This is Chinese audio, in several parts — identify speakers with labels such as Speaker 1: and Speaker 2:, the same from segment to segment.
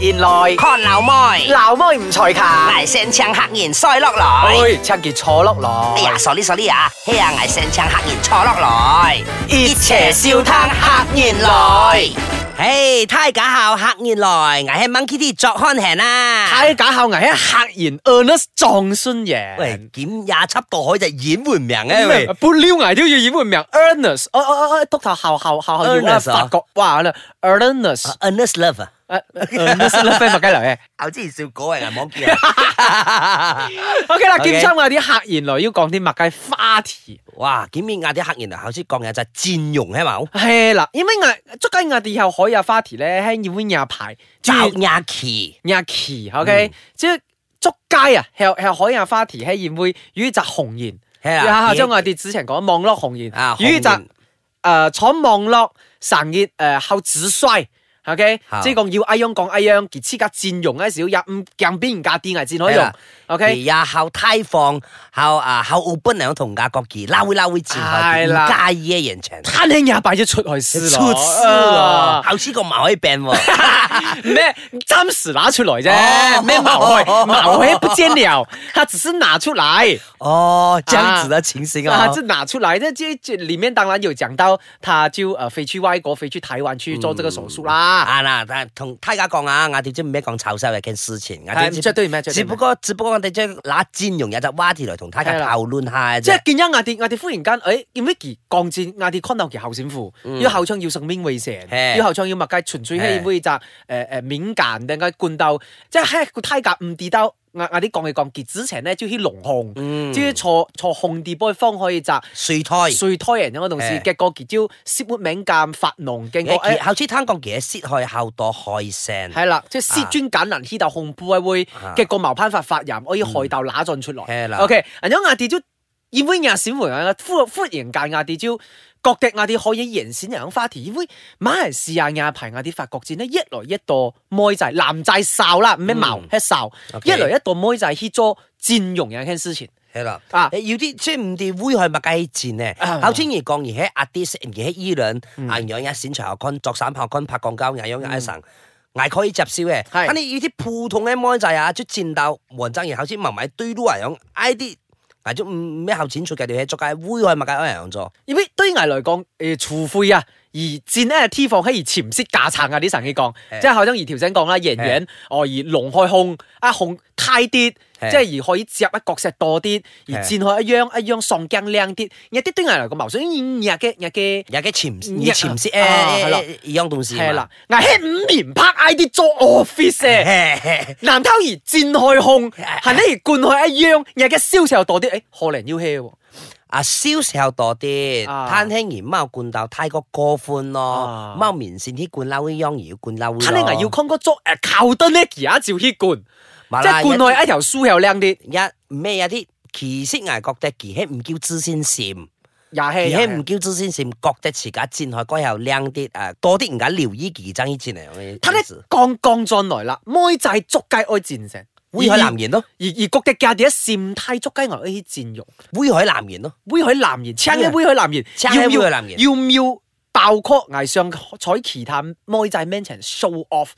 Speaker 1: 現來，
Speaker 2: 看老妹，
Speaker 1: 鬧妹唔除卡，
Speaker 2: 捱聲槍黑然衰落來。
Speaker 1: 哎，趁件坐落來
Speaker 2: 哎，呀，傻呢傻呢啊，嘿呀，捱聲槍黑然錯落來，
Speaker 1: 熱邪笑
Speaker 2: 灘
Speaker 1: 灘
Speaker 2: 黑然來。嘿，太假校黑然來，捱喺 monkey 啲作看行啦。
Speaker 1: 睇假校危一嚇然 earnest 撞孫贏。
Speaker 2: 喂，檢廿七度海就演換名
Speaker 1: 咩
Speaker 2: 嘅喂。
Speaker 1: 半撩牙都要演換名 Ernest，哦哦哦哦，督頭後後後後要啦，
Speaker 2: Ernest 啊
Speaker 1: 法國哇啦 Ernest，
Speaker 2: u n e s t love 啊，
Speaker 1: 誒 Ernest 啦，飛麥雞嚟嘅。
Speaker 2: 我之前笑過人冇 見啊。
Speaker 1: OK 啦，
Speaker 2: OK
Speaker 1: 劍心我有啲客言來要講啲麥雞花田。
Speaker 2: 哇，檢面嗌啲黑人啊，頭先講嘅就係戰容係嘛，
Speaker 1: 係啦，因為我捉緊我哋以後可以有花田咧，喺要揾廿排，
Speaker 2: 找
Speaker 1: 專
Speaker 2: 亞奇，
Speaker 1: 廿期，OK，即
Speaker 2: 嗯
Speaker 1: 係捉雞啊，係係可以有花田，係要會與集紅言。
Speaker 2: 係
Speaker 1: 下
Speaker 2: 啊，
Speaker 1: 下將我哋之前講網絡紅言
Speaker 2: 啊，，
Speaker 1: 與集
Speaker 2: 紅。人
Speaker 1: 呃，闖網絡神熱誒後子衰。OK，
Speaker 2: 好
Speaker 1: 即係講要哎樣講哎樣，而黐家戰容咧少廿五任嗯邊架啊電危戰可以用
Speaker 2: 係啦啊而
Speaker 1: OK，
Speaker 2: 也後胎放後啊後澳本兩同價國旗，撈會撈會戰
Speaker 1: 係
Speaker 2: 後
Speaker 1: 啦
Speaker 2: 加依一人場，啊
Speaker 1: 攤輕廿八咗出去
Speaker 2: 出
Speaker 1: 試
Speaker 2: 事
Speaker 1: 哎咯，呃
Speaker 2: 咯，後先個埋可以病 喎，
Speaker 1: 啊咩暫時拿出來
Speaker 2: 哦
Speaker 1: 啫，咩茅開 茅開不見了，他只是拿出來，
Speaker 2: 哦，這樣子的情 形
Speaker 1: 啊，
Speaker 2: 啊，
Speaker 1: 這拿出來，那這這裡面當然有講到，他就呃飛去外國，飛去台灣去做這個手術啦，
Speaker 2: 啊嗱，但係同大家講啊，我哋即唔咩講臭收嘅事情，我
Speaker 1: 係
Speaker 2: 哋
Speaker 1: 絕
Speaker 2: 只
Speaker 1: 對唔係，絕對
Speaker 2: 只
Speaker 1: 唔係
Speaker 2: 不過只不過我哋將拿戰容有隻蛙鐵嚟同大家
Speaker 1: 係啦
Speaker 2: 討論下
Speaker 1: 即
Speaker 2: 啫
Speaker 1: 係。見一我哋我哋忽然間，誒見 Vicky 降戰我哋 Condo 嘅後閃庫，要後窗要上面會成，
Speaker 2: 係
Speaker 1: 要後窗要物雞純粹係會責誒誒呃敏感定解灌到，即係喺個胎格唔跌到。我我啲降嘅降結之前咧，就去龍控，
Speaker 2: 嗯
Speaker 1: 即係坐坐控地波方可以摘
Speaker 2: 碎胎。
Speaker 1: 碎胎人嗰同事
Speaker 2: 係
Speaker 1: 嘅個結招，涉活敏感發濃勁個哎
Speaker 2: 嘅
Speaker 1: 誒，
Speaker 2: 後次聽講嘅切開後多開聲，
Speaker 1: 係啦，即係涉專簡能起到控背會
Speaker 2: 啊嗯
Speaker 1: 嘅個毛攀發發炎，可以害到乸進出來。
Speaker 2: 係啦
Speaker 1: O K，人家亞地招，因為亞閃回啊，忽忽然間亞地招，各地亞地可以延線人花田，因為馬來西亞亞排亞啲法國戰呢，一來一度妹仔男仔哨啦，唔咩矛
Speaker 2: 嗯
Speaker 1: 係哨，
Speaker 2: OK
Speaker 1: 一來一度妹仔去做戰容人嘅事情
Speaker 2: 係啦。
Speaker 1: 啊，
Speaker 2: 誒要啲即係唔哋危害物雞戰咧，
Speaker 1: 啊
Speaker 2: 後天而講而喺壓啲食而喺依兩啊養一閃長後乾作散炮乾拍鋼膠也養一神。捱可以接受嘅，
Speaker 1: 係
Speaker 2: 但你要啲普通嘅妹仔啊，即戰鬥王爭然後先慢慢堆都係樣挨啲，挨咗唔咩後錢出嘅條嘢作嘅，危害物雞一樣咗。
Speaker 1: 因為對危來講，誒除非啊。而戰呢 T 放喺而潛識架撐啊！啲神氣講，
Speaker 2: 係
Speaker 1: 即係後生而條聲講啦，贏贏哦而龍開控啊控太跌。即係而可以接一角石多啲，而
Speaker 2: 係
Speaker 1: 戰海一樣一樣喪驚靚啲，有啲對牙嚟個謀想，日嘅日嘅
Speaker 2: 有嘅潛
Speaker 1: 嗯
Speaker 2: 以潛涉
Speaker 1: 啊係啦
Speaker 2: 誒，一樣同事
Speaker 1: 係啦，牙喺五年拍 I D 做 office 嘅，
Speaker 2: 嘛，
Speaker 1: 南偷而戰海控，係呢而灌海一樣，日嘅銷售多啲，誒可能要 hea 喎，
Speaker 2: 啊，燒時候多啲，
Speaker 1: 啊
Speaker 2: 攤輕而貓罐頭太過過寬咯
Speaker 1: 啊，
Speaker 2: 貓面線啲罐撈啲秧而要罐撈咯，
Speaker 1: 肯定係要 con 哥做誒靠得呢而家照 hit 灌，
Speaker 2: 麻
Speaker 1: 即
Speaker 2: 辣
Speaker 1: 係灌海一條酥又靚啲，
Speaker 2: 一一咩有啲奇色牙角的奇喺唔叫知先閃，
Speaker 1: 也
Speaker 2: 奇
Speaker 1: hea
Speaker 2: 喺
Speaker 1: 也 hea。
Speaker 2: 唔叫知先閃，角的時間戰海該後靚啲啊，多啲人家撩衣奇爭呢戰嚟嘅，
Speaker 1: 他呢剛剛進來啦，妹仔捉雞愛戰成，
Speaker 2: 威海南言咯，
Speaker 1: 而而國嘅價值一閃太捉雞愛啲戰肉。
Speaker 2: 威海南言咯，
Speaker 1: 威海南言，請嘅威海南言，
Speaker 2: 請嘅威海南言
Speaker 1: 要唔要爆曲崖上採其他妹仔 mention show off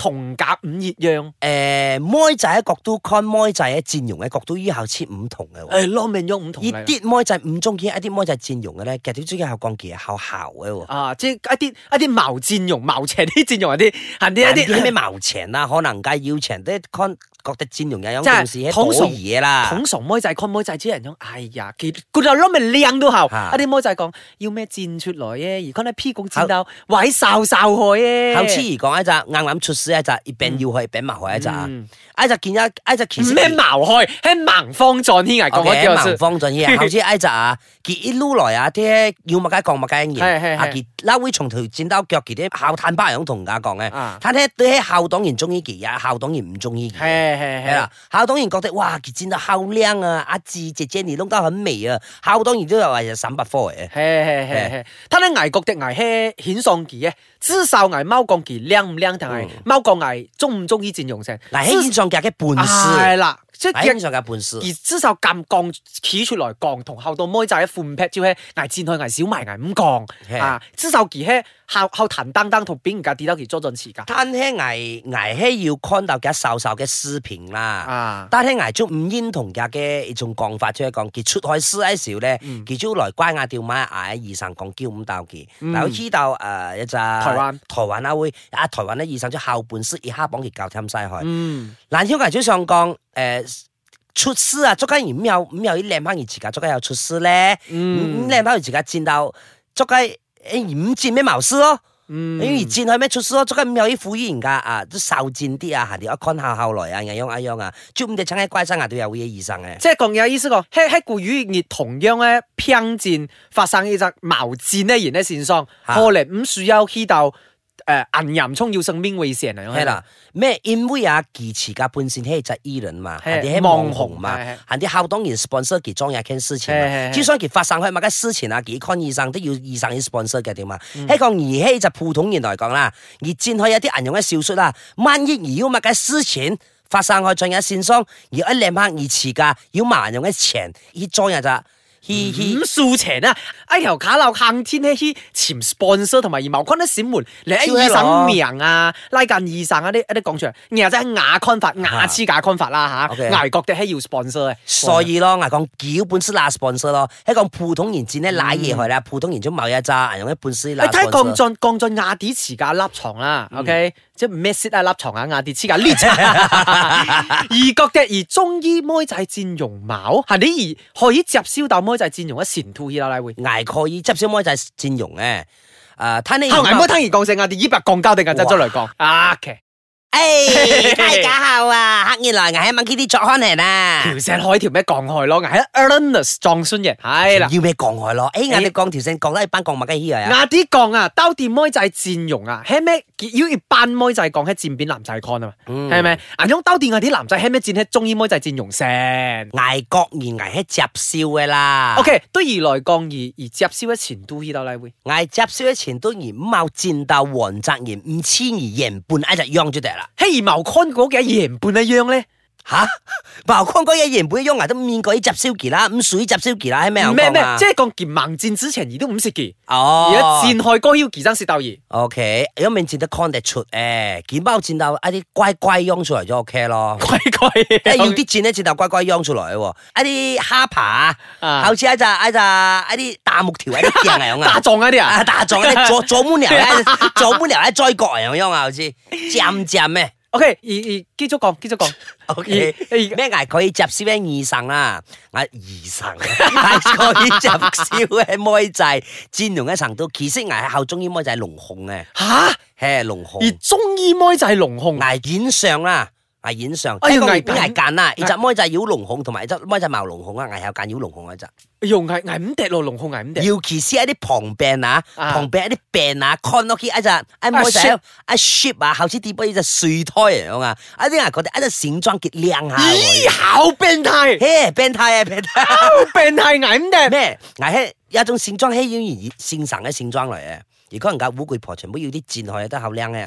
Speaker 1: 同甲五熱樣？
Speaker 2: 誒呃妹仔喺角都 con 妹仔喺戰容嘅角都以後切唔同嘅喎。
Speaker 1: 誒，羅明用唔哎同啊
Speaker 2: 而
Speaker 1: 嚟
Speaker 2: 啲妹仔唔中意一啲妹仔戰容嘅咧，其實最緊後降旗後姣嘅喎。
Speaker 1: 啊，即係一啲一啲矛戰容、矛斜啲戰容，一啲行啲一
Speaker 2: 啲
Speaker 1: 啲
Speaker 2: 咩矛前啊，可能介要前啲 con 覺得戰容有樣
Speaker 1: 真係
Speaker 2: 故事喺
Speaker 1: 捅
Speaker 2: 多
Speaker 1: 傻
Speaker 2: 嘢啦
Speaker 1: 捧。傻妹仔、con 妹仔之人種，哎呀，佢佢就攞咪靚到後，
Speaker 2: 啊
Speaker 1: 一啲妹仔講要咩戰出來耶，而 con 喺 P 共戰鬥，位哨哨害耶，
Speaker 2: 後次而講一隻啱啱出事一隻，一餅要去，一餅埋去一隻啊，
Speaker 1: 嗯
Speaker 2: 一隻見一一隻其
Speaker 1: 唔咩矛害，喺盲方撞天涯講啊嗰
Speaker 2: OK，
Speaker 1: 叫
Speaker 2: 盲方進 嘢，後次一隻啊，佢一路來啊啲要物解降物解嘅
Speaker 1: 係係
Speaker 2: 啊
Speaker 1: 係
Speaker 2: 佢拉會從頭戰到腳，佢啲後探巴樣同人家講嘅，
Speaker 1: 啊
Speaker 2: 睇睇對喺後黨員中意佢，有後黨員唔中意佢。
Speaker 1: 係係
Speaker 2: 係
Speaker 1: 係
Speaker 2: 啦，校當然覺得哇，佢戰得好靚啊！阿志姐姐你弄得很美啊！校當然都有話係省百科嚟嘅，
Speaker 1: 嘿嘿嘿嘿，他咧危國的危嘿顯喪技嘅，知受危貓降技靚唔靚，但係貓降危中唔中意戰用成，
Speaker 2: 嗱喺演唱劇嘅
Speaker 1: 係
Speaker 2: 半詩，
Speaker 1: 啦，即係
Speaker 2: 经常嘅本事
Speaker 1: 而，至少咁降企出來降同後到妹仔一副劈招喺挨戰去挨小埋挨五降
Speaker 2: 係
Speaker 1: 啊！至少而喺後後彈單單同邊人家跌到其捉進時㗎
Speaker 2: 但係捱捱起要看到嘅瘦瘦嘅視頻啦。
Speaker 1: 啊！
Speaker 2: 但係捱咗唔認同嘅嘅一種講法，即係講佢出海試嘅時候咧，
Speaker 1: 嗯
Speaker 2: 佢招來關亞吊馬嗌醫生講叫五斗嘅。
Speaker 1: 嗯
Speaker 2: 嗱，我知道呃誒一隻
Speaker 1: 台
Speaker 2: 台
Speaker 1: 灣
Speaker 2: 台灣啊會啊台灣咧醫生咗後半師而下幫佢教添西海。
Speaker 1: 嗯
Speaker 2: 嗱，因為嘴上講誒出師啊，捉雞而唔有唔有啲靚翻而自家捉雞有出師咧，
Speaker 1: 嗯
Speaker 2: 咁靚翻而自家戰鬥捉雞。誒唔戰咩茅斯咯，
Speaker 1: 嗯
Speaker 2: 你而戰係咩出師咯？捉雞唔有啲苦言噶啊，都受戰啲啊，行條一看下後來啊，咁樣啊樣啊，專門隻親喺乖山牙都有嘢醫生嘅。
Speaker 1: 即係講有意思講，喺喺古語亦同樣咧偏戰發生呢隻矛戰咧，然咧線上
Speaker 2: 嚇
Speaker 1: 可能唔需要去到誒銀岩衝要性邊位線嚟，
Speaker 2: 係啦，咩 in we 啊，支持嘅半線係就 e l 嘛，
Speaker 1: 係
Speaker 2: 人哋係網紅嘛
Speaker 1: 網紅係係，
Speaker 2: 人哋後當然 sponsor 佢裝一件事情
Speaker 1: 係係
Speaker 2: 嘛，
Speaker 1: 係
Speaker 2: 之所以佢發生去某嘅事情啊，佢 con 醫生都要醫生去 sponsor 嘅點啊，一個而係就普通人來講啦，而戰去有啲人用嘅小說啦，萬一如果某嘅事情。發生去進入線商，而一兩百二次噶，要萬用嘅錢，而裝入咋，嘻嘻。
Speaker 1: 咁數前啊，一條卡漏坑天咧，去潛 sponsor 同埋而矛坤一閃門，你
Speaker 2: 超
Speaker 1: 喺
Speaker 2: 叻
Speaker 1: 醫生
Speaker 2: 咯
Speaker 1: 名啊，拉近醫生嗰啲一啲講出嚟，然後即係牙坤法、牙齒假坤法啦嚇，
Speaker 2: OK
Speaker 1: 牙角的係要 sponsor 嘅，
Speaker 2: 所以咯，我講繳本書拿 sponsor 咯，喺講普通人戰咧賴嘢去啦，普通人中某一扎，用一本書
Speaker 1: 你
Speaker 2: 拿 sponsor。
Speaker 1: 睇降進降進亞啲詞架粒床啦，OK，即係咩 sit 啊粒床啊亞啲詞架呢 層，而國的而中醫妹仔戰容貌，係你而可以接燒到妹仔戰容一善吐起啦啦會，
Speaker 2: 捱過爾執小妹就係戰容嘅。誒，睇你
Speaker 1: 後捱妹聽而降性亞啲以白降交定嘅質質嚟講，啊嘅
Speaker 2: 誒，太假後啊！黑夜來捱喺晚啲作看人啊
Speaker 1: 條！石海條咩降害咯，捱喺 Ernest 撞孫嘅，係啦。
Speaker 2: 要咩降海咯？誒，
Speaker 1: 哎
Speaker 2: 我哋降條線降得一班降物嘅依樣啊！
Speaker 1: 亞啲降啊，兜掂妹仔戰容啊，係咩？要一班妹仔講喺戰片男仔 con 啊嘛，
Speaker 2: 嗯
Speaker 1: 係咪？銀種兜掂嗰啲男仔係咩戰喺中醫妹仔戰容先？
Speaker 2: 捱國而捱喺執小嘅啦。
Speaker 1: OK，對而來降而而接燒一前都依到嚟會，
Speaker 2: 捱執小嘅前都而五茂戰鬥黃澤然五千而贏半，一隻央咗地啦。
Speaker 1: 嘿而茅坤嗰嘅贏半一樣咧，
Speaker 2: 吓，茅康嗰嘢贏半一央捱都免過啲執小傑啦，五水執小傑啦，係咩啊？
Speaker 1: 咩咩
Speaker 2: 我講啊，
Speaker 1: 即係講劍盲戰之前而都五十幾，
Speaker 2: Ờ.
Speaker 1: 而家
Speaker 2: 哦。
Speaker 1: 戰害歌要幾爭舌鬥二，
Speaker 2: O K，有面戰得 con 得出誒，見包戰鬥一啲乖乖央出嚟咗 O K 咯。
Speaker 1: 鬼鬼
Speaker 2: 即係要啲戰咧戰鬥乖乖央出嚟喎，一啲蝦爬，
Speaker 1: 啊
Speaker 2: 好似一隻一隻一啲大木條一啲鏡樣
Speaker 1: 打
Speaker 2: 啊，
Speaker 1: 撞嗰啲
Speaker 2: 啊
Speaker 1: 啊
Speaker 2: 大撞咧左左門牛咧左門牛咧災國樣樣啊，好似漸漸咩
Speaker 1: ，OK，而而繼續講，繼續 講
Speaker 2: ？OK，
Speaker 1: 而
Speaker 2: 咩捱佢集燒咧二神啦，啊二 神，捱佢集燒嘅妹仔，戰龍一神都其實捱後中醫妹仔龍控嘅，
Speaker 1: 而嚇，
Speaker 2: 嘿龍控。
Speaker 1: 而中醫妹仔龍控，
Speaker 2: 挨演上啦，挨演上，
Speaker 1: 哎
Speaker 2: 即
Speaker 1: 呀
Speaker 2: 係個
Speaker 1: 挨緊
Speaker 2: 挨間啦，而只妹仔妖龍控同埋只妹仔毛龍控啊，挨後間妖龍控嗰只，
Speaker 1: 用係捱五滴咯，龍控捱五滴，
Speaker 2: 尤其是一啲旁病啊，
Speaker 1: 啊
Speaker 2: 旁病一啲病啊 c o n o k 一隻，一妹仔
Speaker 1: ship
Speaker 2: 一 ship 啊，後知跌杯只碎胎嚟樣啊，一啲人覺得一隻閃裝結靚下
Speaker 1: 咦
Speaker 2: 喎，
Speaker 1: 好變態，
Speaker 2: 嘿變態啊 變態，
Speaker 1: 好變態捱五滴，
Speaker 2: 咩挨喺有一種閃裝稀演員線神嘅閃裝嚟嘅，如果人家烏攰婆全部要啲戰害都好靚嘅，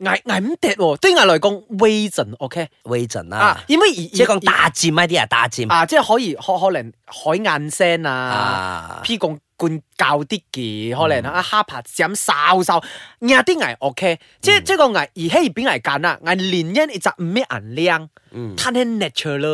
Speaker 1: 捱捱五滴喎，對我嚟講威陣 OK
Speaker 2: 威陣啦
Speaker 1: 啊，，因為而
Speaker 2: 即係
Speaker 1: 而
Speaker 2: 講大戰一啲啊大戰
Speaker 1: 啊，即係可以可可能海晏聲啊，
Speaker 2: 啊。
Speaker 1: P 共灌教啲嘅，可能啊蝦爬咁哨哨，壓啲危 OK，即係即係個危，而喺邊危間啦，危連因就唔咩銀靚，
Speaker 2: 嗯
Speaker 1: 攤喺 natural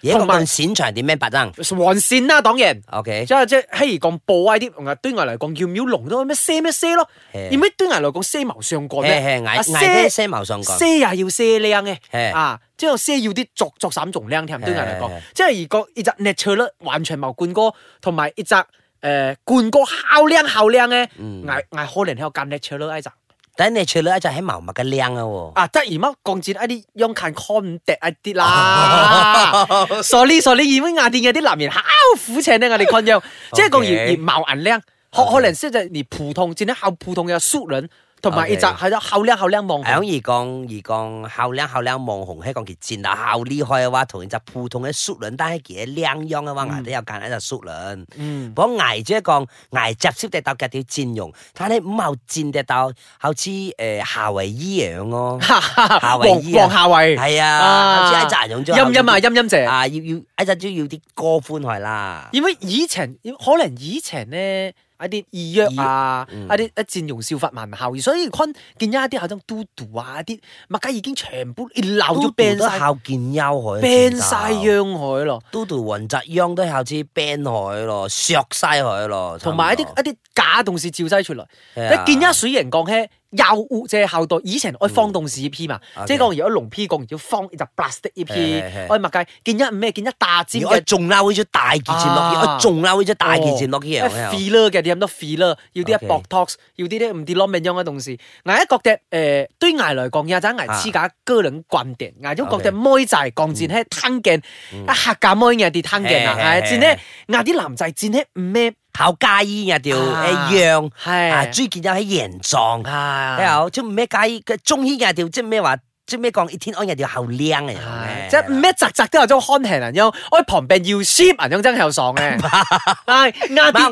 Speaker 2: 而
Speaker 1: 咧，
Speaker 2: 家
Speaker 1: 同埋
Speaker 2: 咁擅長點咩白燈
Speaker 1: 黃線啦，當然。
Speaker 2: ？OK，
Speaker 1: 即係即係，嘿而講布威啲，對我嚟講要唔要龍都咩些咩些咯，
Speaker 2: 嘿
Speaker 1: 而咩對我嚟講些謀上幹
Speaker 2: 嘿
Speaker 1: 咩？
Speaker 2: 嘿，捱
Speaker 1: 啊
Speaker 2: 捱啲些矛上講，
Speaker 1: 些也要些靚
Speaker 2: 嘿
Speaker 1: 嘅，啊，即係些要啲作作散仲靚添，對我嚟講
Speaker 2: 嘿，
Speaker 1: 即係而個呢隻 natural 咧完全冇冠哥，同埋呢隻誒冠哥好靚好靚咧，
Speaker 2: 嗯
Speaker 1: 捱捱可能喺度間 natural 呢隻，
Speaker 2: 等你除咗一隻喺茂密嘅靚啊喎。
Speaker 1: 啊，得而乜降戰一啲央近 con 跌一啲啦，sorry sorry，因為亞啲嘅啲男人好苦情咧，我哋 con 央，即係講而
Speaker 2: Okay
Speaker 1: 而冇人靚，可
Speaker 2: Okay
Speaker 1: 可能即係而普通，戰得好普通嘅熟人同埋
Speaker 2: OK
Speaker 1: 一集係咯，後靚後靚望紅，
Speaker 2: 響而講而講，後靚後靚望紅係講佢戰啦，後厲害嘅話，同人就普通嘅熟人，但係佢靚樣嘅話，我哋有間喺就熟人。
Speaker 1: 嗯，
Speaker 2: 我捱住一講捱接少啲鬥嘅條戰容，但係唔後戰嘅鬥，好似誒夏威夷樣咯。夏
Speaker 1: 黃
Speaker 2: 威夷啊
Speaker 1: 黃夏威，
Speaker 2: 係啊，好似一
Speaker 1: 啊，
Speaker 2: 扎用咗。
Speaker 1: 音音啊，音音姐。
Speaker 2: 啊，要要一陣都要啲歌歡開啦。
Speaker 1: 因為以前可能以前咧一啲意約啊，
Speaker 2: 意嗯
Speaker 1: 一啲一戰用笑法文效，所以坤見一啲嗰種嘟嘟啊，一啲麥家已經全部一鬧咗 ban
Speaker 2: 都
Speaker 1: 晒
Speaker 2: 孝見優海
Speaker 1: ，ban 晒央海咯，
Speaker 2: 都度雲澤央都好似 ban 海咯，削晒海咯，
Speaker 1: 同埋一啲
Speaker 2: 差唔多
Speaker 1: 一啲假動事照劑出嚟。
Speaker 2: 係啊
Speaker 1: 你見一水人講咧，又污即係後代，以前我放動事 P 嘛，
Speaker 2: OK
Speaker 1: 即係講而家龍 P 講而要放就 plastic 一 P，
Speaker 2: 係係係
Speaker 1: 我麥界見一唔咩見一大尖
Speaker 2: 而我
Speaker 1: 嘅。
Speaker 2: 仲嬲呢張大件戰落
Speaker 1: 啊
Speaker 2: 去，我仲嬲呢張大件戰落去
Speaker 1: 哦
Speaker 2: 樣
Speaker 1: 一
Speaker 2: 喺度
Speaker 1: filler 嘅，你咁多 filler，要啲一
Speaker 2: OK
Speaker 1: botox，要啲啲唔啲 long 樣嘅東西。捱一覺得誒，呃對捱來講，也真捱黐架哥兩棍電，捱咗覺得
Speaker 2: OK
Speaker 1: 妹仔鋼戰喺攤鏡，一客家妹嘅啲攤鏡啊，
Speaker 2: 嘿
Speaker 1: 係
Speaker 2: 嘿
Speaker 1: 戰咧捱啲男仔戰咧唔咩
Speaker 2: 考加衣啊條
Speaker 1: 啊
Speaker 2: 誒樣啊，
Speaker 1: 係
Speaker 2: 朱建優喺形狀，
Speaker 1: 啊
Speaker 2: 你。好，即係唔咩加衣嘅中衣啊條，即係咩話，即係咩講一天安日條後靚
Speaker 1: 係
Speaker 2: 嚟嘅，
Speaker 1: 啊即係咩扎扎都有種看輕人樣，我喺旁邊要 ship 人樣真係有爽嘅，係啱啲。
Speaker 2: 唔係我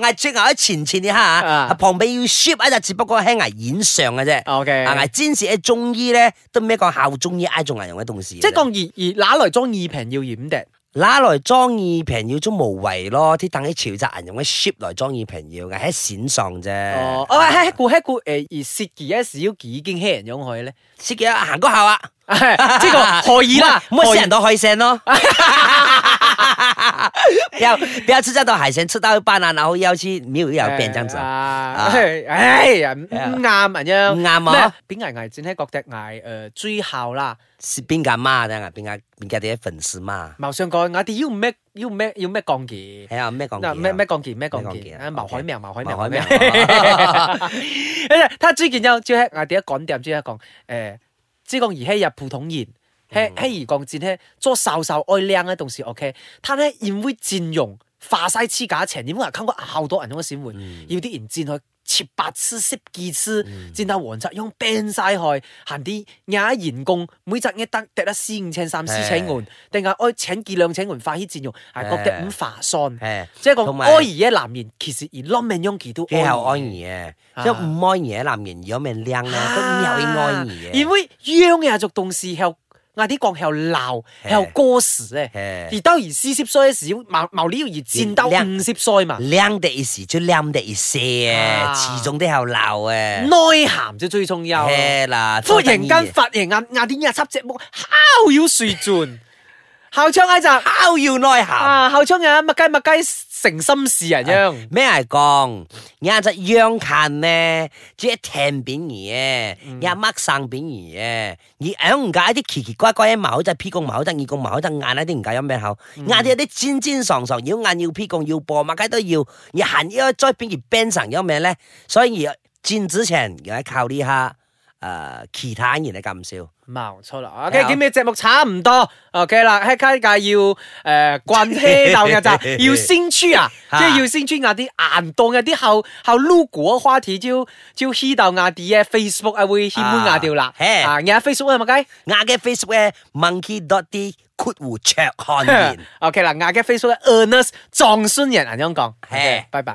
Speaker 2: 係最後喺前前啲下
Speaker 1: 啊
Speaker 2: 嚇，旁邊要 ship 一日，只不過係危演上嘅啫。
Speaker 1: O
Speaker 2: 啊，
Speaker 1: K，
Speaker 2: 危戰士喺中醫咧，都咩講效中醫挨仲係用嘅東西。
Speaker 1: 即係講而而哪來裝二平要染的？
Speaker 2: 拿來裝二平要都無謂咯，啲等喺潮澤人用嘅 ship 來裝二平要嘅，喺閃上啫。
Speaker 1: 哦，哦，喺估喺估誒，而涉及一小件已經欺人樣去咧，
Speaker 2: 識嘅行嗰下啊，
Speaker 1: 即係個 可以啦，
Speaker 2: 唔好
Speaker 1: 可以
Speaker 2: 死人到海聲 咯。不要不要吃到海鮮，吃到一半啊，然後要去沒有要變這樣子啊，
Speaker 1: 啊哎呀，唔唔啱人
Speaker 2: 唔
Speaker 1: 樣。
Speaker 2: 啱
Speaker 1: 咩
Speaker 2: 啊？？
Speaker 1: 邊挨挨戰喺國敵挨誒追校啦，
Speaker 2: 是邊個媽啫？邊個邊個啲粉絲嘛？
Speaker 1: 謀上個我哋要咩要咩要咩降旗。
Speaker 2: 係啊，咩講嘢
Speaker 1: 那
Speaker 2: 啊？
Speaker 1: 咩咩降件咩降
Speaker 2: 咩降
Speaker 1: 件
Speaker 2: 件
Speaker 1: 啊？
Speaker 2: 啊
Speaker 1: 茅海苗，茅海苗，
Speaker 2: 茅海
Speaker 1: 苗
Speaker 2: 苗。
Speaker 1: 他最近又最喺我哋一講掂，最一講誒，只講而喺日普通言，
Speaker 2: 嗯
Speaker 1: 喺喺而降戰咧，做哨哨愛靚嘅同時 OK，他咧因為戰容化晒黐假情，因為坑個好多人嗰閃
Speaker 2: 嗯
Speaker 1: 門， 要啲人戰去。切八次、識幾次，
Speaker 2: 嗯
Speaker 1: 戰到黃澤庸 ban 晒去，行啲雅言共，每隻一得得一四五千三四千換，定係愛請幾兩請換快啲戰用，係覺得五化散。
Speaker 2: 係。
Speaker 1: 即係個
Speaker 2: 同埋
Speaker 1: 哀兒嘅男人，其實而 long man young 都
Speaker 2: 佢係
Speaker 1: 哀
Speaker 2: 安
Speaker 1: 兒。
Speaker 2: 怡嘅，
Speaker 1: 啊
Speaker 2: 即係唔安怡嘅男人如果命靚咧，都
Speaker 1: À.
Speaker 2: 唔有啲安怡
Speaker 1: 因
Speaker 2: 嘅。
Speaker 1: 為央嘅族同事後，嗌啲講後鬧，後歌詞咧，
Speaker 2: 嘿
Speaker 1: 而當然四十歲嘅時候，毛毛呢要而戰到五十歲嘛，
Speaker 2: 靚的一時就靚的一些
Speaker 1: 啊
Speaker 2: 嘅，始終都後鬧嘅。
Speaker 1: 內涵就最重要。
Speaker 2: 嘿啦，
Speaker 1: 忽然間發型嗌嗌啲廿七隻目，how 要水準，校長嗌就
Speaker 2: 拋要內涵。
Speaker 1: 啊，校長啊，乜雞乜雞誠心事人樣，
Speaker 2: 咩嚟講？有隻央近呢，即係聽扁兒嘅，有乜生扁兒嘅，而響唔解啲奇奇怪怪嘅矛，就係 P 共矛，得二共矛，得硬一啲唔解有咩口，硬啲有啲尖尖上上，要硬要 P 共要播，乜雞都要，而行要再變而 ban 成有咩咧？所以而戰之前而家靠呢下誒其他人嚟咁少。
Speaker 1: 冇錯啦。OK，今日節目差唔多，OK 啦，喺街界要誒棍車鬥嘅咋， 要先出啊，即係要先出我啲硬檔有啲後後 logo 話題，就就 h 到我啲嘅 Facebook 啊會 h 滿我掉啦，
Speaker 2: 嘿
Speaker 1: 啊，我 Facebook 啊咪雞。
Speaker 2: 我嘅 Facebook 咧，monkey dot d 括弧卓漢言。
Speaker 1: OK 啦，我嘅 Facebook 嘅 Ernest 撞孫人，人咁講
Speaker 2: 嘿
Speaker 1: ，OK，拜拜。